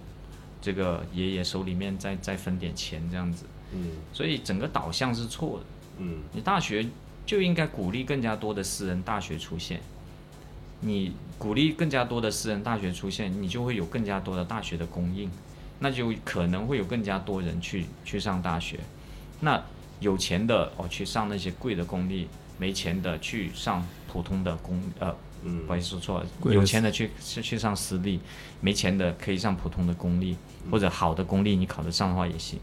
S2: 这个爷爷手里面再再分点钱这样子，
S1: 嗯
S2: 所以整个导向是错的。
S1: 嗯
S2: 你大学就应该鼓励更加多的私人大学出现，你鼓励更加多的私人大学出现，你就会有更加多的大学的供应，那就可能会有更加多人去去上大学。那有钱的哦去上那些贵的公立，没钱的去上普通的公呃，
S1: 嗯
S2: 不好意思说错了，
S3: 贵的
S2: 有钱的去去去上私立，没钱的可以上普通的公立，或者好的公立你考得上的话也行。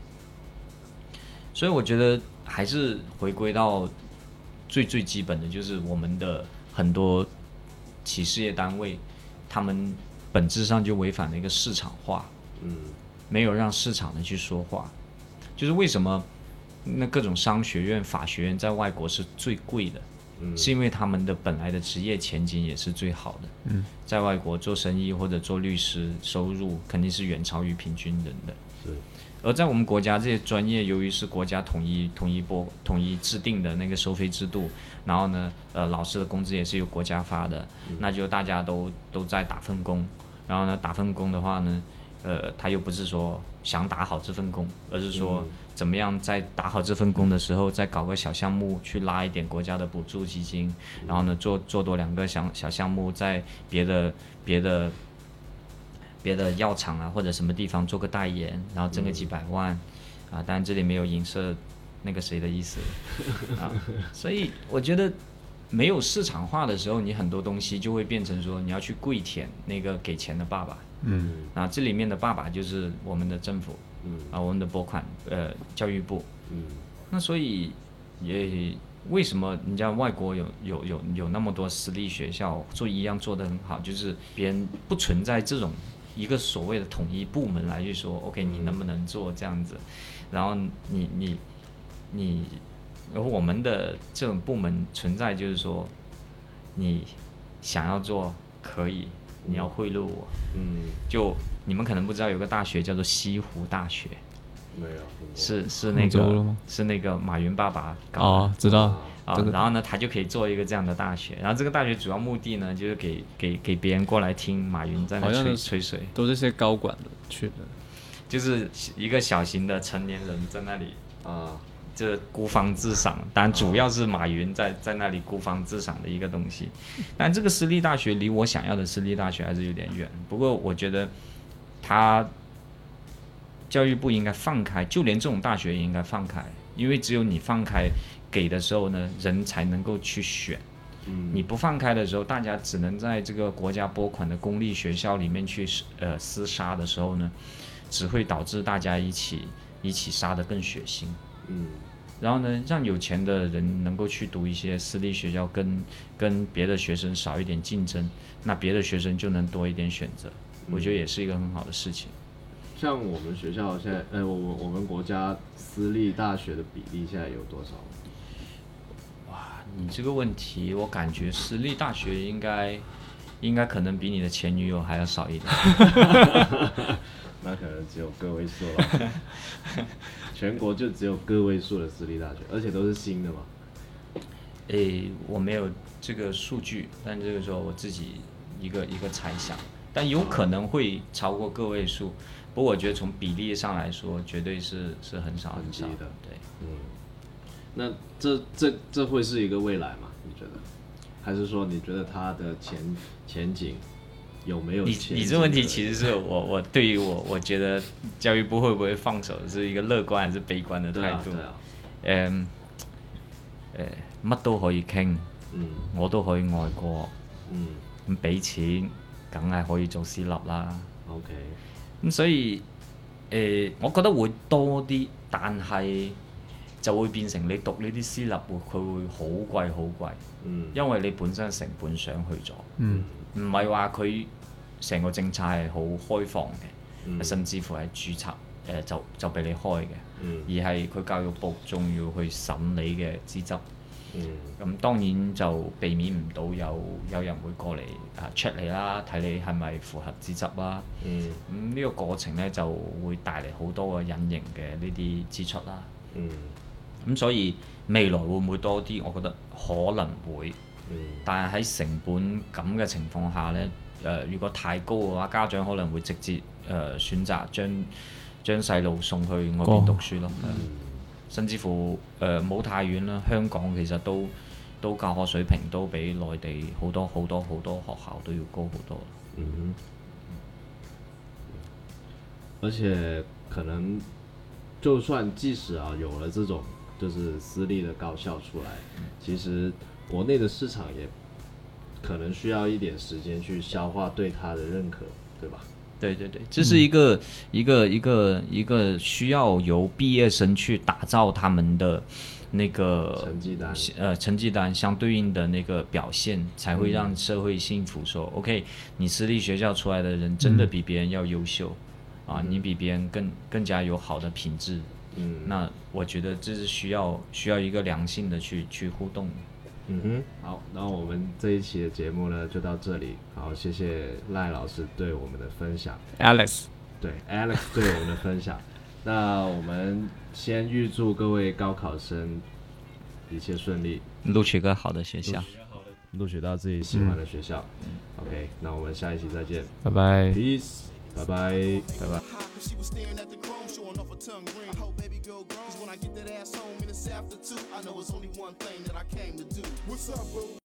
S2: 所以我觉得还是回归到最最基本的，就是我们的很多企事业单位，他们本质上就违反了一个市场化，
S1: 嗯
S2: 没有让市场的去说话。就是为什么那各种商学院、法学院在外国是最贵的，
S1: 嗯
S2: 是因为他们的本来的职业前景也是最好的。嗯，在外国做生意或者做律师，收入肯定是远超于平均人的。
S1: 是
S2: 而在我们国家，这些专业由于是国家统一统一拨统一制定的那个收费制度，然后呢，呃，老师的工资也是由国家发的，那就大家都都在打份工，然后呢，打份工的话呢，呃，他又不是说想打好这份工，而是说怎么样在打好这份工的时候，再搞个小项目去拉一点国家的补助基金，然后呢，做做多两个小小项目，在别的别的别的药厂啊或者什么地方做个代言，然后挣个几百万，啊，当然这里没有影射那个谁的意思啊，所以我觉得没有市场化的时候，你很多东西就会变成说你要去跪舔那个给钱的爸爸，
S3: 嗯，
S2: 啊，这里面的爸爸就是我们的政府
S1: 嗯
S2: 啊，我们的拨款，呃，教育部，
S1: 嗯
S2: 那所以也为什么人家外国有有有有那么多私立学校做一样做得很好，就是别人不存在这种一个所谓的统一部门来去说，OK，你能不能做这样子，然后你你你，而我们的这种部门存在就是说，你想要做可以，你要贿赂我，
S1: 嗯
S2: 就你们可能不知道有个大学叫做西湖大学。
S1: 没有听过
S2: 是是那
S3: 杭州了
S2: 个
S3: 吗
S2: 是那个马云爸爸搞的
S3: 哦，知道，
S2: 啊
S3: 这个，
S2: 然后呢，他就可以做一个这样的大学，然后这个大学主要目的呢，就是给给给别人过来听马云在那
S3: 好像
S2: 吹
S3: 是
S2: 吹水，
S3: 都是些高管的去的，
S2: 就是一个小型的成年人在那里
S1: 啊
S2: 这孤芳自赏，当然主要是马云在在那里孤芳自赏的一个东西。但这个私立大学离我想要的私立大学还是有点远，不过我觉得他教育部应该放开，就连这种大学也应该放开，因为只有你放开给的时候呢，人才能够去选。
S1: 嗯
S2: 你不放开的时候，大家只能在这个国家拨款的公立学校里面去呃厮杀的时候呢，只会导致大家一起一起杀得更血腥。
S1: 嗯
S2: 然后呢，让有钱的人能够去读一些私立学校跟，跟别的学生少一点竞争，那别的学生就能多一点选择，我觉得也是一个很好的事情。
S1: 像我们学校现在，呃，我我我们国家私立大学的比例现在有多少？
S2: 啊你这个问题，我感觉私立大学应该，应该可能比你的前女友还要少一 [laughs] 点。
S1: 那可能只有个位数了。全国就只有个位数的私立大学，而且都是新的嘛。
S2: 诶，我没有这个数据，但这个时候我自己一个一个猜想，但有可能会超过个位数，不过我觉得从比例上来说，绝对是是很少
S1: 很
S2: 很少
S1: 低的
S2: 对。
S1: 嗯，那这这这会是一个未来吗？你觉得？还是说你觉得它的前前景有没有
S2: 你
S1: 前景？
S2: 你这问题其实是我我对于我我觉得教育部会不会放手是一个乐观还是悲观的
S1: 对
S2: 态
S1: 啊
S2: 度
S1: 对。啊，
S2: 嗯，誒乜都可以傾，
S1: 嗯
S2: 我都可以愛國，
S1: 嗯
S2: 咁俾錢梗係可以做私立啦。
S1: ，OK，
S2: 呃咁所以誒、我覺得會多啲，但係就會變成你讀呢啲私立會佢會好貴好貴，
S1: 嗯
S2: 因為你本身成本上去咗，
S3: 嗯
S2: 唔係話佢成個政策係好開放嘅，
S1: 嗯
S2: 甚至乎係註冊誒、呃就就俾你開嘅，
S1: 嗯
S2: 而係佢教育部仲要去審你嘅資質。
S1: 嗯
S2: 咁當然就避免唔到有有人會過嚟啊 check 你啦，睇你係咪符合資質啦。
S1: 嗯
S2: 咁呢個過程咧就會帶嚟好多嘅隱形嘅呢啲支出啦。
S1: 嗯
S2: 咁所以未來會唔會多啲？我覺得可能會，
S1: 嗯
S2: 但係喺成本咁嘅情況下呢，誒、如果太高嘅話，家長可能會直接誒、選擇將將細路送去外邊
S3: 過
S2: 讀書咯，嗯甚至乎誒冇、太遠啦，香港其實都都教學水平都比內地好多好多好多學校都要高好多。
S1: 嗯，而且可能就算即使啊有了这种就是私立的高校出来，其实国内的市场也可能需要一点时间去消化对它的认可，对吧？
S2: 对对对，这是一
S1: 嗯
S2: 个、一个一个一个需要由毕业生去打造他们的那个
S1: 成绩单，
S2: 呃成绩单相对应的那个表现，才会让社会信服说、o
S1: 嗯
S2: k 你私立学校出来的人真的比别人要优秀、啊，你比别人更更加有好的品质。
S1: 嗯
S2: 那我觉得这是需要需要一个良性的去去互动。
S1: 嗯哼，好，那我们这一期的节目呢就到这里，好，谢谢赖老师对我们的分享。
S3: ，Alex，
S1: 对 Alex 对我们的分享。那我们先预祝各位高考生一切顺利，
S2: 录取个好的学校。
S1: 录取到自己喜欢的学校。OK，那我们下一期再见
S3: 拜拜。
S1: 嗯，Peace，拜拜。
S4: Cause she was staring at the chrome, showing off her tongue ring. I hope baby girl grown. Cause when I get that ass home in this after two, I know it's only one thing that I came to do. What's up, boo?